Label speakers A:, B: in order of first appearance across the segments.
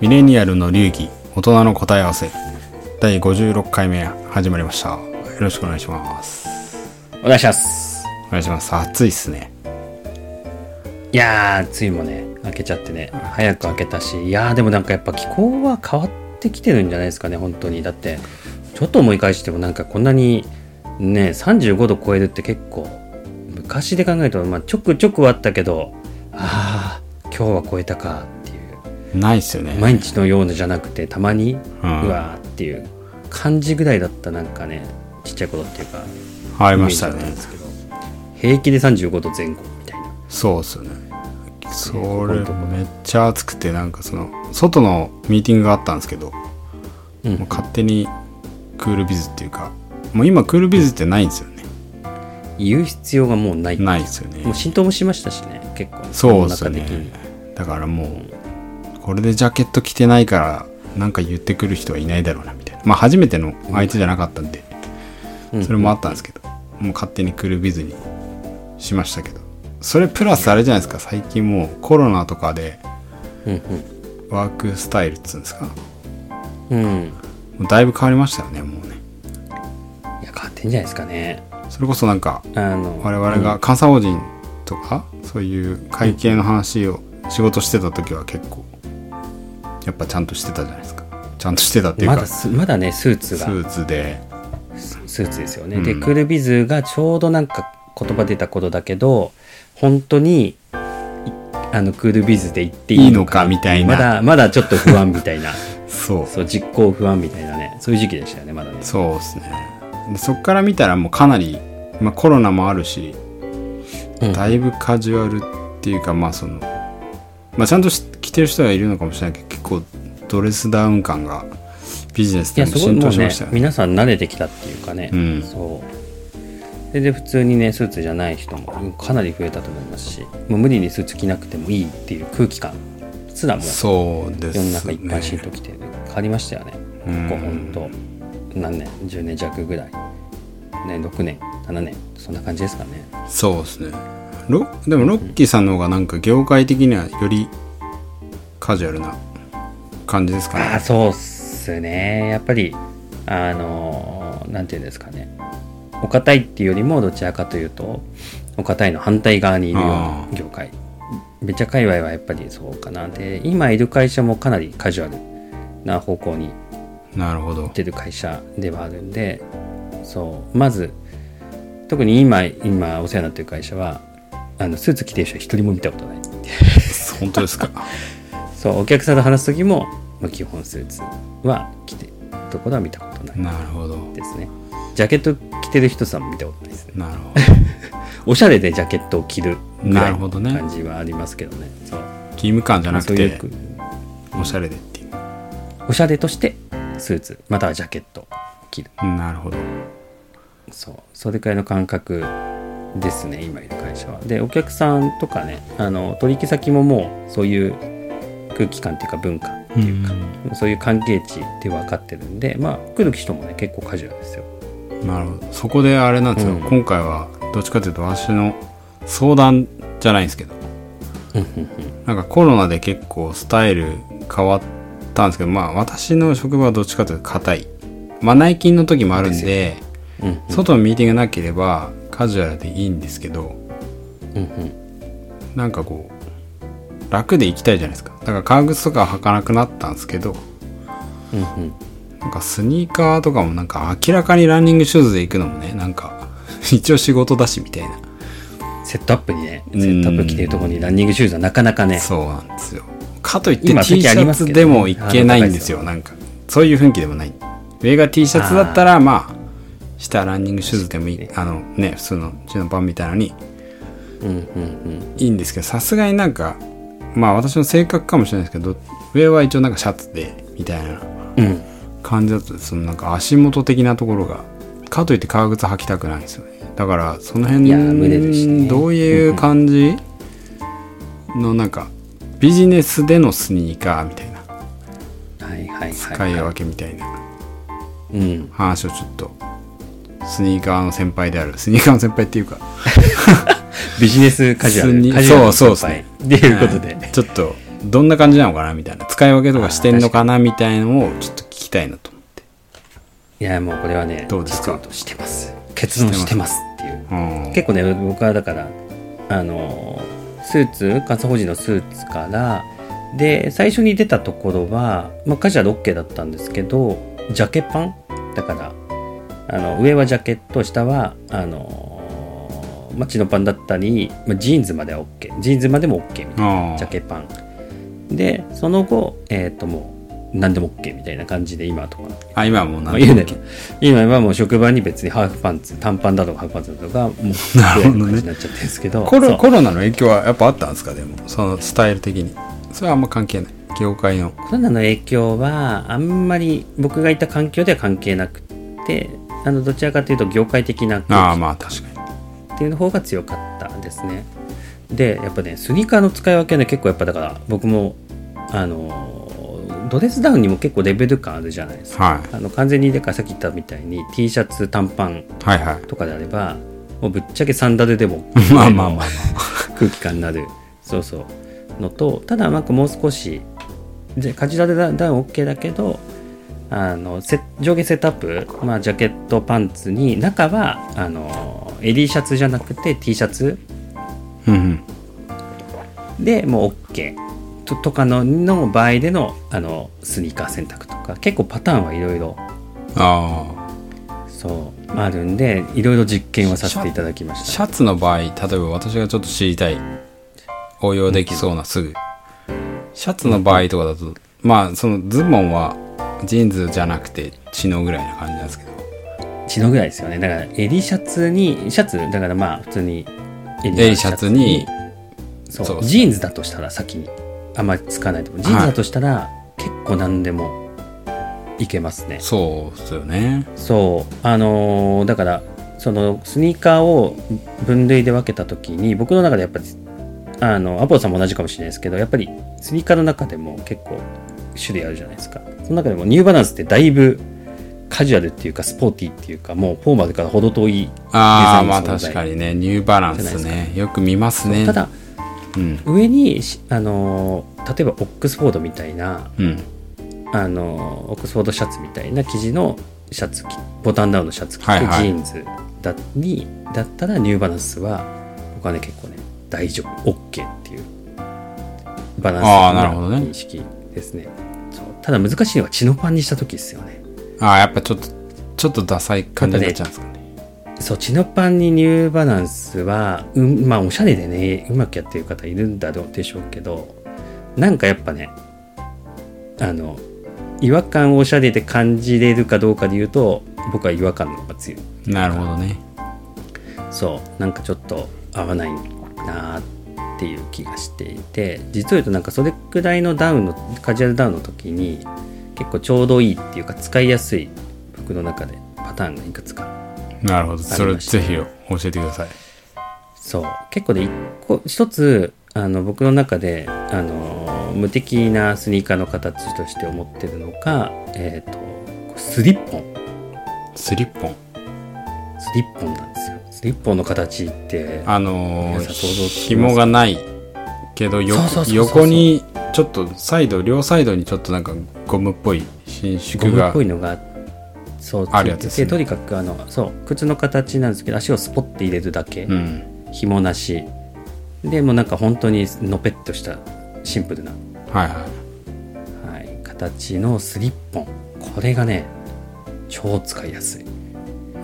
A: ミレニアルの流儀大人の答え合わせ第56回目始まりましたよろしくお願いします
B: お願いします。
A: お願いします暑いっすね
B: いやー、ついもね、開けちゃってね、早く開けたし、いやー、でもなんかやっぱ気候は変わってきてるんじゃないですかね、本当に。だって、ちょっと思い返してもなんかこんなに、ね、35度超えるって結構、昔で考えると、まあ、ちょくちょくはあったけど、あー、今日は超えたかっていう、
A: ないっすよね
B: 毎日のようなじゃなくて、たまに、う
A: うん
B: わーっていう感じぐらいだった、なんかね、ちっちゃい頃っていうか、
A: あ
B: あ
A: りましたね
B: ですけど、平気で35度前後みたいな。
A: そうっすよねそ
B: こ
A: れ
B: のとこ
A: めっちゃ暑くてなんかその外のミーティングがあったんですけど、
B: うん
A: もう勝手にクールビズっていうかもう今クールビズってないんですよね、
B: 言う必要がもうない
A: ないですよ
B: もう
A: ね
B: 浸透もしましたしね結構
A: そうですよ
B: 世の中
A: ね
B: 的
A: だからもうこれでジャケット着てないからなんか言ってくる人はいないだろうなみたいなまあ初めての相手じゃなかったんで、
B: に
A: それもあったんですけど、もう勝手にクールビズにしましたけどそれプラスあれじゃないですか最近もうコロナとかで
B: うん
A: ワークスタイルっつうんですか
B: うんうん
A: もうだいぶ変わりましたよねもうね
B: いや変わってんじゃないですかね
A: それこそなんか
B: あの
A: 我々が監査法人とか、そういう会計の話を仕事してた時は結構やっぱちゃんとしてたじゃないですかちゃんとしてたっていう
B: ま
A: か、
B: だすまだねスーツ
A: ス
B: が
A: ーツで
B: スーツですよね、でクールビズがちょうどなんか言葉出たことだけど本当にいあのクールビズで行ってい
A: い
B: いのか
A: いのかみたいな
B: まだまだちょっと不安みたいな
A: そう
B: そう実行不安みたいなねそういう時期でしたよねまだね
A: そうですねでそっから見たらもうかなり、まあ、コロナもあるし
B: うん
A: だいぶカジュアルっていうかまあその、まあ、ちゃんとし着てる人はいるのかもしれないけど結構ドレスダウン感がビジネス
B: い
A: で
B: や
A: も
B: すご
A: 浸
B: いも
A: 透
B: う
A: しま
B: ね
A: したよね
B: 皆さん慣れてきたっていうかね、
A: うん
B: そうそれで普通にねスーツじゃない人もかなり増えたと思いますしもう無理にスーツ着なくてもいいっていう空気感すらも世
A: そうで
B: の
A: す
B: 中一般浸
A: ね
B: 透きて変わりましたよね
A: うん
B: ここほんと何年10年弱ぐらい、ね、6年7年そんな感じですかね
A: そうですねロでもロッキーさんの方がなんか業界的にはよりカジュアルな感じですか
B: ああ
A: ね
B: そうっすねやっぱりあのーなんていうんですかねお堅いっていうよりもどちらかというとお堅いの反対側にいるよう
A: あ
B: な業界めちゃ界隈はやっぱりそうかなで今いる会社もかなりカジュアルな方向に
A: なるほど
B: 出る会社ではあるんでそうまず特に今今お世話になってる会社はあのスーツ着てる人は一人も見たことない
A: 本当 ですか
B: そうお客さんと話す時も、まあ、基本スーツは着てるところは見たことない
A: なるほど
B: ですねジャケット着てる人さんも見たことないですね
A: なるほ ど
B: おしゃれでジャケットを着るぐ
A: な
B: らい
A: る
B: の
A: ほどね
B: 感じはありますけどねそう
A: 義務感じゃな
B: そ
A: く
B: うい
A: て
B: うく
A: おしゃれでっていう
B: おしゃれとしてスーツまたはジャケットを着る
A: なるほど
B: そうそれくらいの感覚ですね今いる会社はでお客さんとかねあの取引先ももうそういう空気感っていうか文化っていうか、そういう関係値で分かってるんでまあ来る人もね結構カジュアルですよ
A: なるほどそこであれなんですよ、
B: うん
A: 今回はどっちかというと私の相談じゃないんですけどなんかコロナで結構スタイル変わったんですけどまあ私の職場はどっちかというと硬いまあ内勤の時もあるんで
B: うんうん
A: 外のミーティングなければカジュアルでいいんですけど
B: うんうん
A: なんかこう楽で行きたいじゃないですかだから革靴とかは履かなくなったんですけど
B: うんうん
A: なんかスニーカーとかもなんか明らかにランニングシューズで行くのもねなんか 一応仕事だしみたいな
B: セットアップにね、
A: う
B: セ
A: ん
B: ットアップ着てるところにランニングシューズはなかなかね、
A: そうなんですよかといって
B: 今
A: T シ
B: 席あり
A: ャ
B: ます
A: ツ
B: けどね
A: でもいけないんですよなんかそういう雰囲気でもない上が T シャツだったらまあ下ランニングシューズでもいいあのね普通のジのパンみたいなのに
B: うんうん
A: いいんですけどさすがになんかまあ私の性格かもしれないですけど上は一応なんかシャツでみたいな
B: うん。うん。
A: 感じだとそのなんか足元的なところがかといって革靴履きたくないんですよねだからその辺
B: いやー蒸れるしね
A: どういう感じのなんかビジネスでのスニーカーみたいな
B: はいはいは
A: 使
B: い。
A: い分けみたいな
B: うん。
A: 話をちょっとスニーカーの先輩である スニーカーの先輩っていうか
B: ビジネスカジュア
A: スニー
B: ル。カジュアル
A: そうそうですね
B: ということで。
A: ちょっとどんな感じなのかなみたいな使い分けとかしてんのかなみたいのをちょっと聞きたいなと思って
B: いやもうこれはね
A: どうですか
B: 実はしてます結論してますっていう
A: うん
B: 結構ね僕はだからあのスーツ傘保持のスーツからで最初に出たところは、まあ、カジュアル OK だったんですけどジャケパンだからあの上はジャケット下はあの、まあ、チノパンだったり、まあ、ジーンズまでは OK ジーンズまでも OK みたいな
A: あ
B: ジャ
A: ー
B: ケパン。で、その後、えっ、と、もう、何でも OK みたいな感じで、今はとか、
A: あ今はもう
B: まあ
A: 何
B: 言う
A: でも
B: ね、今はもう職場に別にハーフパンツ、短パンだとかハーフパンツだとか、もう、
A: なるほどね
B: ぐらいの感じになっちゃってるんですけど、
A: コ
B: そ
A: ロ
B: う
A: コロナの影響はやっぱあったんですかでもそのスタイル的にそれはあんま関係ない業界の
B: コロナの影響は、あんまり僕がいた環境では関係なくて、あの、どちらかというと、業界的な
A: ああ
B: 空
A: まあ確かに
B: 気っていうの方が強かったですね。で、やっぱね、スニーカーの使い分けはね、結構やっぱだから、僕も、あの、ドレスダウンにも結構レベル感あるじゃないですか。
A: はい
B: あの完全にだからさっき言ったみたいに T シャツ短パン
A: はいはい
B: とかであればもうぶっちゃけサンダルでも
A: まあまあまあまあ
B: 空気感になるそうそうのとただなんかもう少しでカジュアルダウン OK だけどあのセ上下セットアップ、まあ、ジャケットパンツに中はあの襟シャツじゃなくて T シャツ
A: うんうん
B: でもう OK ととかのの場合でのあのスニーカー選択とか結構パターンはいろいろ
A: ああ
B: そうあるんでいろいろ実験をさせていただきまし
A: シ
B: た
A: ャツの場合例えば私がちょっと知りたい応用できそうなすぐシャツの場合とかだと、まあそのズボンはジーンズじゃなくてチノぐらいな感じなんですけど
B: 血のぐらいですよねだから襟シャツにシャツだからまあ普通に
A: 襟シャツに
B: そう
A: そう
B: ジーンズだとしたら先にあんまりつかないと思うジーンズだとしたら、結構何でもいけますね
A: そうですよね
B: そうあのーだからそのスニーカーを分類で分けた時に僕の中でやっぱりあのアポロさんも同じかもしれないですけどやっぱりスニーカーの中でも結構種類あるじゃないですかその中でもニューバランスってだいぶカジュアルっていうかスポーティーっていうかもうフォーマルから程遠い
A: ああ
B: デ
A: ま
B: ザイ
A: あ
B: ンの存在
A: 確かにねニューバランス
B: じゃ
A: ねよく見ますね
B: ただ
A: うん
B: 上にし、あのー例えばオックスフォードみたいな、
A: うん
B: あのーオックスフォードシャツみたいな生地のシャツ着ボタンダウンのシャツ着て、
A: はいはい
B: ジーンズだにだったらニューバランスは僕はね結構ね大丈夫 OK っていうバランス
A: あーなるほどね
B: 認識ですねそうただ難しいのはチノパンにした時ですよね
A: ああやっぱちょっとちょっとダサい感じになっちゃうんですかね
B: そうチノパンにニューバランスは、うん、まあおしゃれでねうまくやってる方いるんだろうでしょうけどなんかやっぱねあの違和感をおしゃれで感じれるかどうかで言うと僕は違和感の方が強い
A: なるほどね
B: そうなんかちょっと合わないなっていう気がしていて実を言うとなんかそれくらいのダウンのカジュアルダウンの時に結構ちょうどいいっていうか使いやすい服の中でパターンがいくつか
A: なるほどそれ
B: わかりました
A: ぜひ教えてください
B: そう結構で一個一つあの僕の中であの無敵なスニーカーの形として思ってるのが、えー、とスリッポン
A: スリッポン
B: スリッポンなんですよスリッポンの形って
A: あの
B: 皆
A: ー
B: さん想像つきます
A: 紐がないけど横
B: そうそうそうそう
A: 横にちょっとサイド両サイドにちょっとなんかゴムっぽい伸
B: ゴ
A: 縮
B: ム
A: が
B: っぽいのがそうつ
A: あるや
B: い
A: つで
B: て
A: すね
B: てとにかくあのそう靴の形なんですけど足をスポッて入れるだけ、
A: うん
B: 紐なしでもうなんか本当にのぺっとしたシンプルな
A: はいは
B: はい、形のスリッポンこれがね超使いやすい
A: い、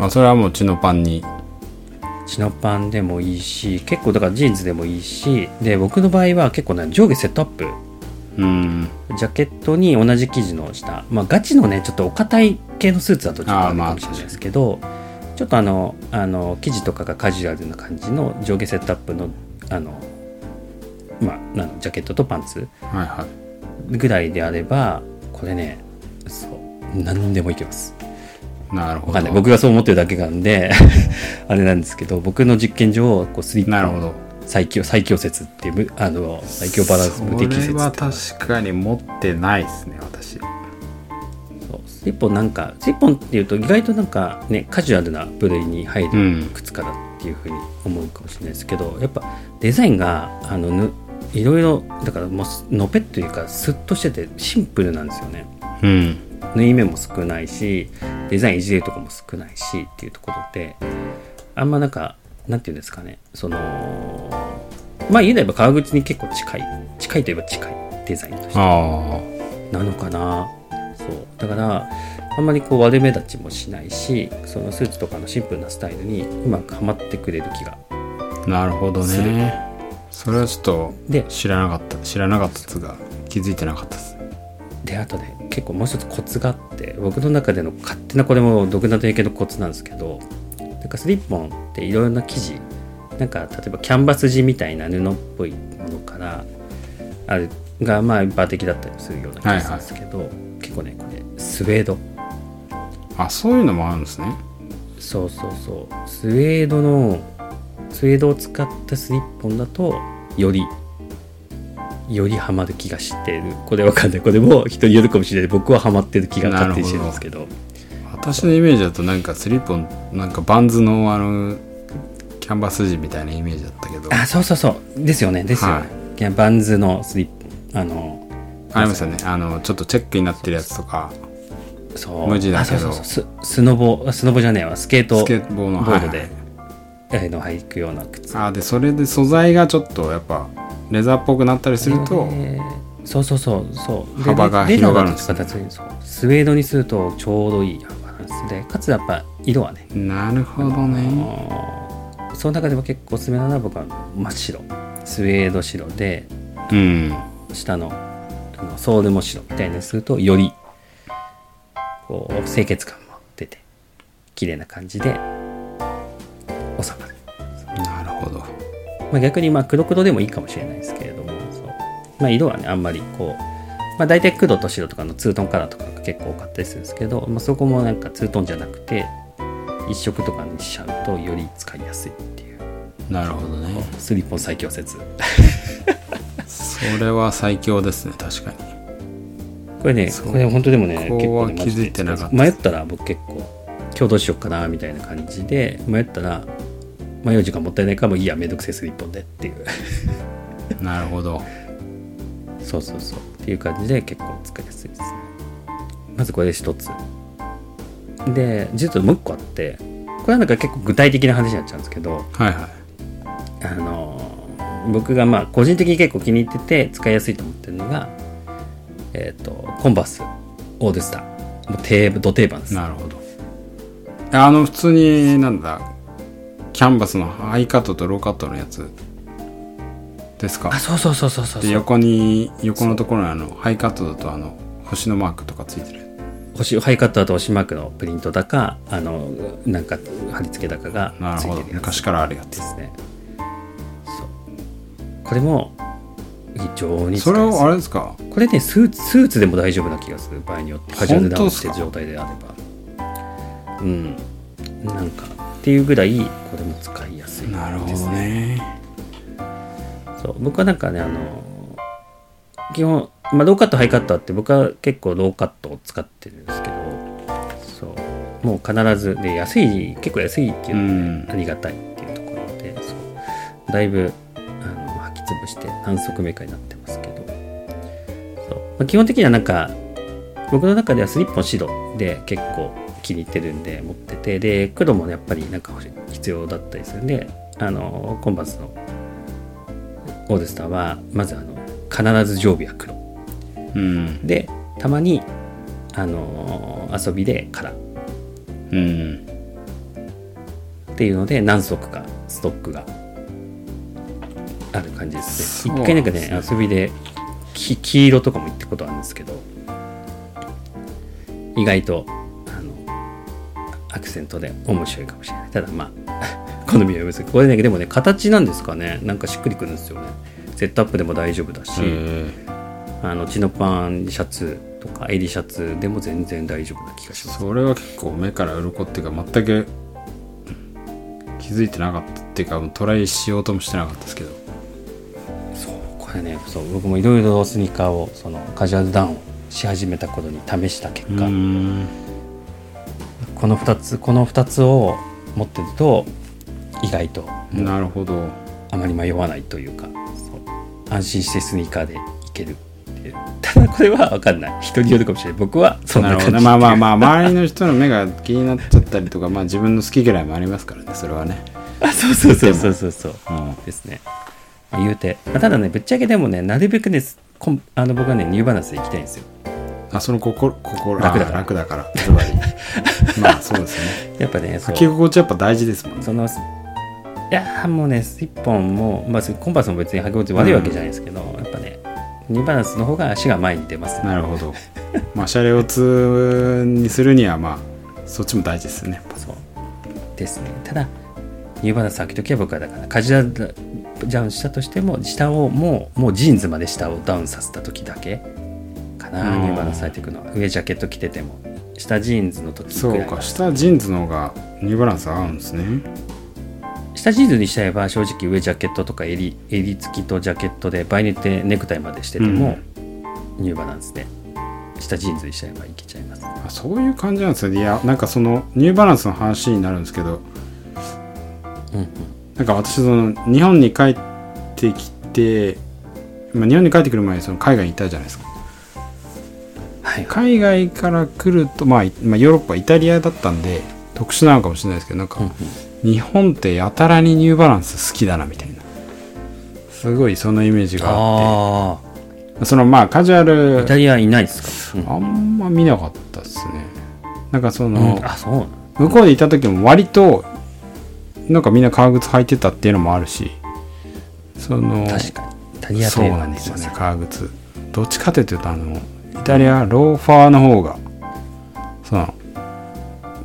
A: まあ、それはもうチノパンに
B: チノパンでもいいし結構だからジーンズでもいいしで僕の場合は結構ね上下セットアップ
A: うん
B: ジャケットに同じ生地の下、まあ、ガチのねちょっとお堅い系のスーツだとちょっとあれかもしれないですけど、ちょっとあのあの生地とかがカジュアルな感じの上下セットアップのあのまああのジャケットとパンツ
A: はいはい
B: ぐらいであればこれねそう何でもいけます
A: なるほ
B: わかんな
A: ど
B: い僕がそう思ってるだけなんで あれなんですけど僕の実験上こうスリッ
A: なる
B: パ
A: ほど
B: 最強最強説っていうむあの最強バランス無敵説って
A: それ
B: いうの
A: は
B: が
A: 確かに持ってないですね私
B: そうスリッポンなんかスリッポンっていうと意外となんかねカジュアルな部類に入
A: う
B: る
A: ん
B: いくつかだっていうふうに思うかもしれないですけどやっぱデザインがあのぬいろいろだからもうのぺっというかスッとしててシンプルなんですよね
A: うん
B: 縫い目も少ないしデザインいじれるとこも少ないしっていうところであんまなんかなんていうんですかねそのまあ言えば革靴に結構近い近いといえば近いデザインとして
A: あ
B: なのかなそうだからあんまりこう悪目立ちもしないしそのスーツとかのシンプルなスタイルにうまくはまってくれる気が
A: あなるほど
B: する
A: ねそれはちょっと
B: で
A: 知らなかった知らなかったっつうか気づいてなかったです
B: であとね結構もう一つコツがあって僕の中での勝手なこれも独断と偏見のコツなんですけどなんかスリッポンっていろいろな生地なんか例えばキャンバス地みたいな布っぽいものからあれがまあ一般的だったりするような気がするんですけど、結構ねこれスウェード
A: あそういうのもあるんですね
B: そうそうそうスウェードのスウェードを使ったスリッポンだとよりよりハマる気がしてるこれわかんないこれも人によるかもしれない僕はハマってる気が勝手にしてるんですけど
A: 私のイメージだとなんかスリッポンなんかバンズのあのキャンバス地みたいなイメージだったけど
B: あそうそうそうですよねですよね、
A: はい
B: いやバンズのスリッポンあの
A: ありますよねあのちょっとチェックになってるやつとか
B: そう
A: 無地だけど
B: あそうそうそうススノボあスノボじゃねえわスケート
A: スケボーの
B: ボードで、
A: はい
B: あの履くような靴
A: あでそれで素材がちょっとやっぱレザーっぽくなったりすると、
B: えーそうそうそうそうで
A: 幅が
B: レレザー
A: 広がるんですね
B: だと形にそうスウェードにするとちょうどいい幅なんですでかつやっぱ色はね
A: なるほどね
B: あーその中でも結構おすすめなのは僕は真っ白スウェード白で
A: うん
B: 下のあのソールも白みたいにするとよりこう清潔感も出て綺麗な感じで収まる、
A: なるほど
B: まあ、逆にまあ黒黒でもいいかもしれないですけれどもそう、まあ、色はねあんまりこう、まあ、大体黒と白とかのツートンカラーとかが結構多かったりするんですけど、まあ、そこもなんかツートンじゃなくて一色とかにしちゃうとより使いやすいっていう
A: なるほどね
B: スリッポン最 強説
A: それは最強ですね確かに
B: これね
A: そう
B: これ本当でもね
A: こ
B: 結
A: こは
B: 構ねマジ
A: 気づいてなかった
B: 迷ったら僕結構今日どうしようかなみたいな感じで迷ったら迷う時間もったいないからもういいやめんどくせえスリッポンでっていう
A: なるほど
B: そうそうそうっていう感じで結構使いやすいですねまずこれで一つで実はもう一個あってこれはなんか結構具体的な話になっちゃうんですけど
A: はいはい
B: あの僕がまあ個人的に結構気に入ってて使いやすいと思ってるのがえっ、とコンバースオールスターもう定ド定番です
A: なるほどあの普通になんだキャンバスのハイカットとローカットのやつですか
B: あそうそうそうそうそう
A: で
B: そう
A: 横に横のところにあのハイカットだとあの星のマークとかついてる
B: 星ハイカットだと押しマークのプリントだかあのなんか貼り付けだかが
A: なる
B: つ
A: ほ
B: い
A: ど
B: てるやつ
A: 昔からあるや
B: で
A: つ
B: すねそうこれも非常に
A: そ
B: 使い
A: れ
B: やすい
A: はあれですか
B: これねスーツスーツでも大丈夫な気がする場合によってカジュアルダウンしてる
A: 本当
B: 状態であればうんなんかっていうぐらいこれも使いやすいです、ね、
A: なるほどね
B: そう僕はなんかねあの基本、まあ、ローカットハイカットあって僕は結構ローカットを使ってるんですけどそうもう必ずで安い結構安いっていううのが
A: ん
B: ありがたいっていうところでそうだいぶあの履き潰して反則メーカーになってますけどそう、まあ基本的にはなんか僕の中ではスリッポン白で結構気に入ってるんで持っててで黒もねやっぱりなんか欲しい必要だったりするんであのコンバースのオールスターはまずあの必ず常備は黒
A: うん
B: でたまにあの遊びでカラ
A: う
B: ー
A: ん
B: っていうので何足かストックがある感じですね
A: そう
B: 一回なんか
A: で
B: ね
A: すね
B: 遊びでき黄色とかも言ったことあるんですけど意外とあのアクセントで面白いかもしれないただまあ 好みは別にこれだけでもね形なんですかねなんかしっくりくるんですよねセットアップでも大丈夫だし、あのチノパンシャツとか襟シャツでも全然大丈夫な気がします
A: それは結構目から鱗っていうか全く気づいてなかったっていうかトライしようともしてなかったですけど
B: そうこれねそう僕もいろいろスニーカーをそのカジュアルダウンをし始めた頃に試した結
A: う
B: 果、
A: ん
B: この2つこの2つを持ってると意外と
A: なるほど
B: あまり迷わないというかそう安心してスニーカーでいけるっていうただこれは分かんない人によるかもしれない僕はそん
A: な
B: な
A: る
B: 感
A: ほ
B: じ
A: どねまあまあまあ周りの人の目が気になっちゃったりとかまあ自分の好き嫌いもありますからねそれはね
B: あ そうそうそうそうそうそう
A: うん
B: ですね、まあ言うて、まあただねぶっちゃけでもねなるべくねこんあの僕はねニューバランスで行きたいんですよ
A: あその心心
B: 楽だから
A: あ楽だからつまり まあそうですね
B: やっぱねそ
A: 履き
B: う
A: 心地やっぱ大事ですもんね
B: そのいやーもうねスリッポンも、まあ、コンバースも別に履き心地悪いわけじゃないですけど、やっぱねニューバランスの方が足が前に出ます、
A: なるほどまあ車両通にするにはまあそっちも大事ですね
B: そうですねただニューバランス履くときは僕はだからカジュアルダウンしたとしても下をもうもうジーンズまで下をダウンさせた時だけかな
A: うん
B: ニューバランス履いていくのは上ジャケット着てても下ジーンズの時
A: そ
B: くら
A: う
B: い
A: か下ジーンズの方がニューバランス合うんですね
B: 下ジーンズにしちゃえば正直上ジャケットとか襟襟付きとジャケットで場合によってネクタイまでしてても、ニューバランスで下ジーンズにしちゃえばいけちゃいます
A: あそういう感じなんですねいやなんかそのニューバランスの話になるんですけど
B: うんうん
A: なんか私その日本に帰ってきて、まあ、日本に帰ってくる前にその海外にいたじゃないですか
B: はい
A: 海外から来ると、まあ、いまあヨーロッパイタリアだったんで特殊なのかもしれないですけどなんか、
B: うんうん
A: 日本ってやたらにニューバランス好きだなみたいなすごいそのイメージがあっ
B: ああ
A: てそのまあカジュア
B: イタ
A: ル
B: リアいないですか、うん
A: あんま見なかったですねなんかその、
B: うんあそうなの
A: 向こうでいた時も割となんかみんな革靴履いてたっていうのもあるしその
B: 確かにイタリアと
A: そ
B: いうえば
A: なんですよね革靴どっちかというとあのイタリアはローファーの方がその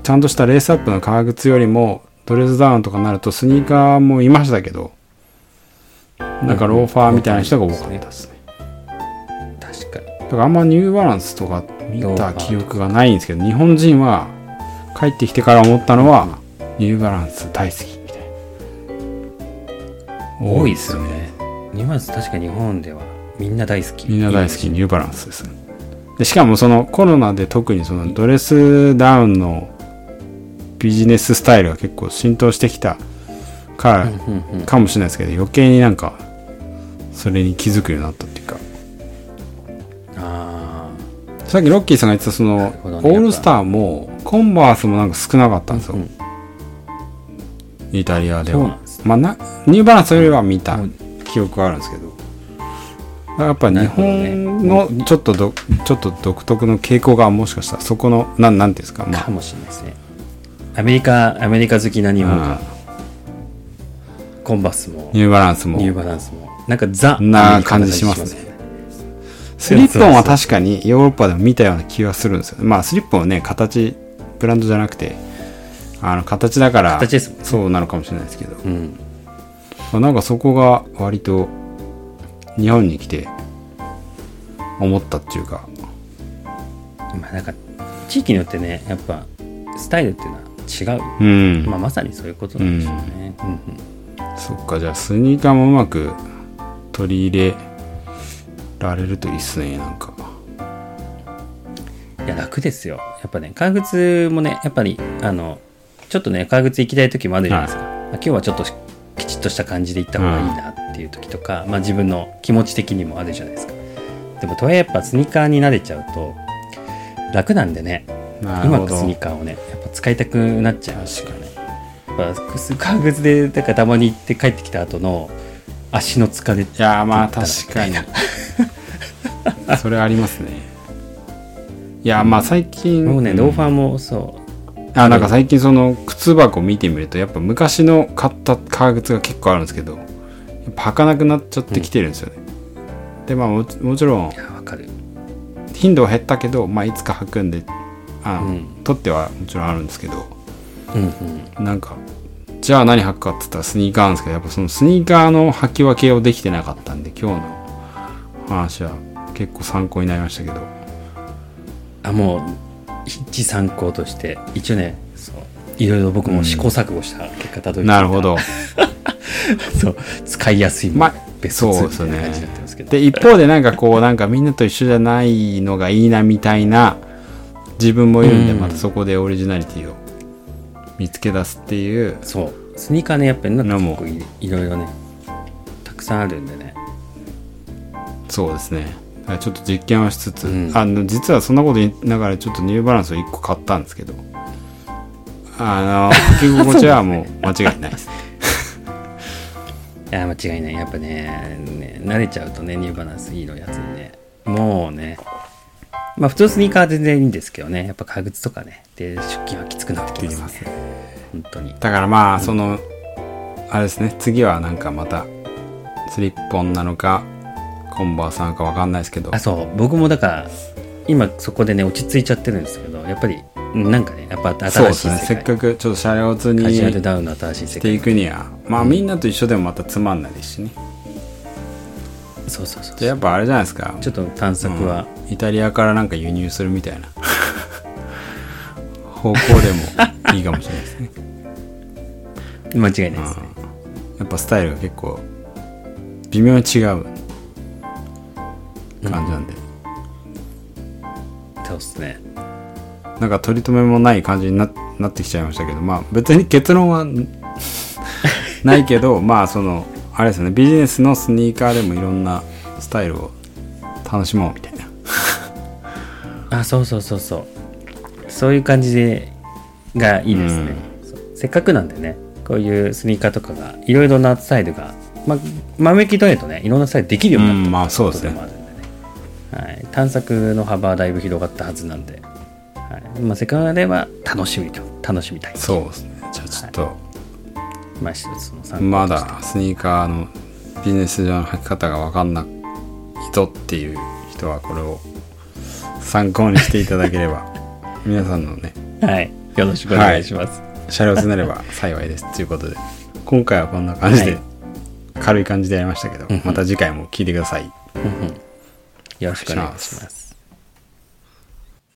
A: ちゃんとしたレースアップの革靴よりもドレスダウンとかになるとスニーカーもいましたけどなんかローファーみたいな人が多かったですね
B: 確かに
A: だからあんまニューバランスとか見た記憶がないんですけど日本人は帰ってきてから思ったのはニューバランス大好きみたいな
B: 多いですよねニューバランス確か日本ではみんな大好き
A: みんな大好きニューバランスですねでしかもそのコロナで特にそのドレスダウンのビジネススタイルが結構浸透してきたか,、
B: うんうんうん
A: かもしれないですけど余計になんかそれに気づくようになったっていうか
B: あ
A: さっきロッキーさんが言ってたその、
B: るほどね
A: オールスターもコンバースもなんか少なかったんですよ、
B: うんうん
A: イタリア
B: あ
A: で
B: そう
A: は
B: なんです
A: まあなニューバランスよりは見た
B: うん
A: 記憶があるんですけどやっぱ日本
B: なる
A: の
B: ほどね
A: ちょっとどちょっと独特の傾向がもしかしたらそこのなんなんていうんですかま
B: か
A: あ
B: もしれないですねアメリカアメリカ好きな日本がコンバスも
A: ニューバランスも
B: ニューバランスもなんかザ
A: な感じしますねスリッポンは確かにヨーロッパでも見たような気がするんですよまあスリッポンはね形ブランドじゃなくてあの形だから
B: 形ですもんね
A: そうなのかもしれないですけど
B: うん
A: まあなんかそこが割と日本に来て思ったっていうか
B: まあなんか地域によってねやっぱスタイルっていうのは違う、
A: うん、
B: まあ、まさにそういうことなんでしょうね、うんうん
A: そっかじゃあスニーカーもうまく取り入れられるといいっすねなんか
B: いや楽ですよやっぱね革靴もねやっぱりあのちょっとね革靴行きたい時もあるじゃないですか、まあ今日はちょっときちっとした感じで行った方がいいなっていう時とか、まあ自分の気持ち的にもあるじゃないですかでもとはいえやっぱスニーカーに慣れちゃうと楽なんでね
A: な
B: うまくスニーカーをねやっぱ使いたくなっちゃいます
A: 確かに
B: やっぱ革靴でだからたまに行って帰ってきた後の足の疲れ
A: いやーまあ確かに それありますねいやーまあ最近
B: もうね、
A: ん
B: ローファーもそう
A: あなんか最近その靴箱見てみるとやっぱ昔の買った革靴が結構あるんですけどやっぱ履かなくなっちゃってきてるんですよね、でまあももちろん
B: いやわかる
A: 頻度は減ったけど、まあ、いつか履くんであ、
B: うん
A: 取ってはもちろんあるんですけど
B: うんうん
A: なんかじゃあ何履くかって言ったらスニーカーなんですけどやっぱそのスニーカーの履き分けをできてなかったんで今日の話は結構参考になりましたけど
B: あもう一参考として一応ねそういろいろ僕も試行錯誤した結果たどり着いた、
A: なるほど
B: そう使いやすいもの
A: まあ
B: ベスト
A: そ
B: 2
A: うですよ
B: み
A: ね
B: たいな感じになってますけど
A: で一方でなんかこうなんかみんなと一緒じゃないのがいいなみたいな自分もいるんで
B: うん
A: またそこでオリジナリティを見つけ出すっていう
B: そうスニーカーねやっぱりなんか
A: なも
B: 結構いいろいろねたくさんあるんでね
A: そうですねだからちょっと実験はしつつ、
B: うん
A: あの実はそんなこと言いながらちょっとニューバランスを1個買ったんですけどあの履き心地はもう間違いない です
B: いや間違いないやっぱねね慣れちゃうとねニューバランスいいのやつにねもうねまあ普通のスニーカーは全然いいんですけどねやっぱ革靴とかねで出勤はきつくなってきますね本当に
A: だからまあそのあれですね次はなんかまたスリッポンなのかコンバースなのかわかんないですけど
B: あそう僕もだから今そこでね落ち着いちゃってるんですけどやっぱりうんなんかねやっぱ
A: そうで
B: 新し
A: す
B: い世
A: ね
B: 界
A: せっかくちょっと車両通に
B: カジュアル
A: し
B: ダウンの新しい世
A: て
B: 界
A: いくにはまあみんなと一緒でもまたつまんないですしね
B: そうそうそう
A: じゃあやっぱあれじゃないですか
B: ちょっと探索は、
A: イタリアからなんか輸入するみたい な方向でもいいかもしれないですね
B: 間違いないですね、
A: やっぱスタイルが結構微妙に違う感じなんで、
B: そうっすね
A: なんか取り留めもない感じにななってきちゃいましたけどまあ別に結論は ないけどまあそのあれですねビジネスのスニーカーでもいろんなスタイルを楽しもうみたいな
B: あそうそうそうそうそういう感じでがいいですね、そうせっかくなんでねこういうスニーカーとかがいろいろなスタイルがま豆きどねとねいろんなスタイルできるようになった
A: うんまあそうですね
B: こともあるんでね、はい、探索の幅はだいぶ広がったはずなんで、はいまあ、せっかくあれば楽しみと楽しみたい
A: そうですねじゃあちょっと、
B: まあ一つの参考
A: まだスニーカーのビジネス上の履き方が分かんない人っていう人はこれを参考にしていただければ 皆さんのね
B: はいよろしくお願いします、
A: 車両になれば幸いですということで今回はこんな感じで、
B: はい
A: 軽い感じでやりましたけど、また次回も聞いてください。
B: よろしくお願いします